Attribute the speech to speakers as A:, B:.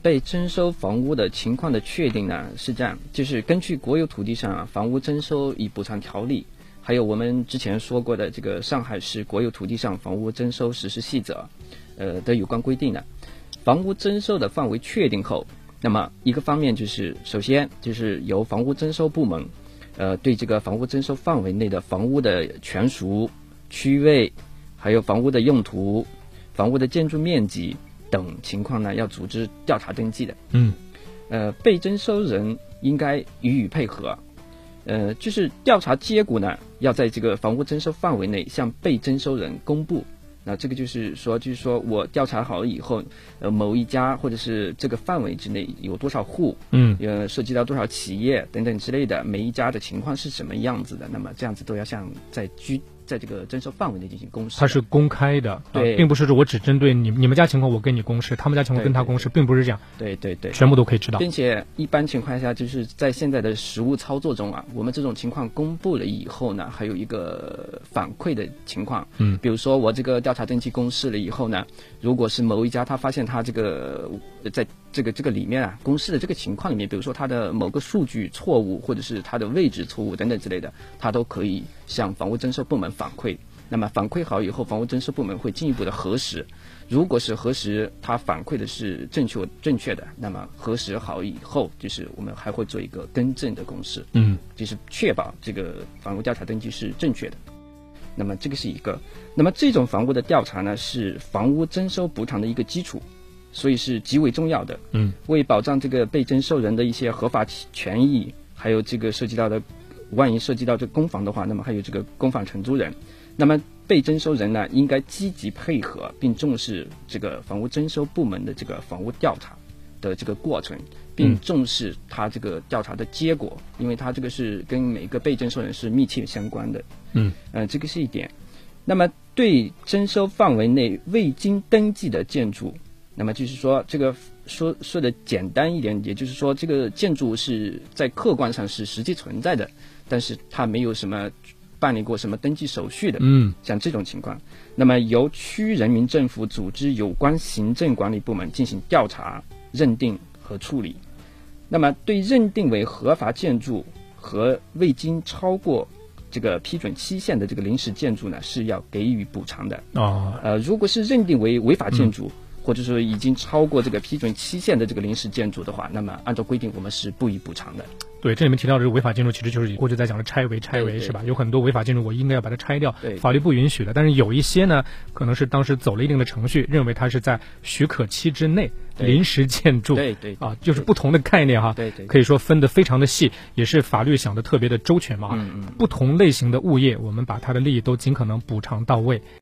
A: 被征收房屋的情况的确定呢，是这样，就是根据国有土地上、啊、房屋征收与补偿条例，还有我们之前说过的这个《上海市国有土地上房屋征收实施细则》，呃的有关规定呢，房屋征收的范围确定后，那么一个方面就是首先就是由房屋征收部门，呃对这个房屋征收范围内的房屋的权属、区位，还有房屋的用途、房屋的建筑面积。等情况呢，要组织调查登记的。
B: 嗯，
A: 呃，被征收人应该予以配合。呃，就是调查结果呢，要在这个房屋征收范围内向被征收人公布。那这个就是说，就是说我调查好了以后，呃，某一家或者是这个范围之内有多少户，
B: 嗯，
A: 呃，涉及到多少企业等等之类的，每一家的情况是什么样子的，那么这样子都要向在居在这个征收范围内进行公示的。
B: 它是公开的，啊
A: 对
B: 并不是说我只针对你你们家情况我跟你公示，他们家情况
A: 对
B: 跟他公示，并不是这样，
A: 对对对，
B: 全部都可以知道。
A: 并且一般情况下，就是在现在的实务操作中啊，我们这种情况公布了以后呢，还有一个反馈的情况。
B: 嗯
A: 比如说我这个调查登记公示了以后呢，如果是某一家他发现他这个呃在这个这个里面啊公示的这个情况里面，比如说他的某个数据错误或者是他的位置错误等等之类的，他都可以向房屋征收部门反馈。那么反馈好以后，房屋征收部门会进一步的核实。如果是核实他反馈的是正确正确的，那么核实好以后，就是我们还会做一个更正的公示，
B: 嗯，
A: 就是确保这个房屋调查登记是正确的。那么这个是一个，那么这种房屋的调查呢，是房屋征收补偿的一个基础，所以是极为重要的。
B: 嗯，
A: 为保障这个被征收人的一些合法权益，还有这个涉及到的，万一涉及到这公房的话，那么还有这个公房承租人，那么被征收人呢，应该积极配合并重视这个房屋征收部门的这个房屋调查的这个过程，并
B: 嗯
A: 重视他这个调查的结果，因为他这个是跟每个被征收人是密切相关的。
B: 嗯，
A: 呃，这个是一点。那么对征收范围内未经登记的建筑，那么就是说这个说说的简单一点，也就是说这个建筑是在客观上是实际存在的，但是它没有什么办理过什么登记手续的，
B: 嗯
A: 像这种情况，那么由区人民政府组织有关行政管理部门进行调查、认定和处理。那么对认定为合法建筑和未经超过这个批准期限的这个临时建筑呢，是要给予补偿的。
B: 啊，
A: 呃，如果是认定为违法建筑，或者说已经超过这个批准期限的这个临时建筑的话，那么按照规定我们是不予补偿的。
B: 对，这里面提到的这个违法建筑，其实就是过去在讲的拆围拆
A: 对
B: 围
A: 对
B: 是吧？有很多违法建筑，我应该要把它拆掉
A: 对，
B: 法律不允许的。但是有一些呢，可能是当时走了一定的程序，认为它是在许可期之内
A: 对
B: 临时建筑
A: 对对
B: 啊，就是不同的概念哈。
A: 对对
B: 可以说分得非常的细，也是法律想的特别的周全嘛。
A: 嗯嗯。
B: 不同类型的物业，我们把它的利益都尽可能补偿到位。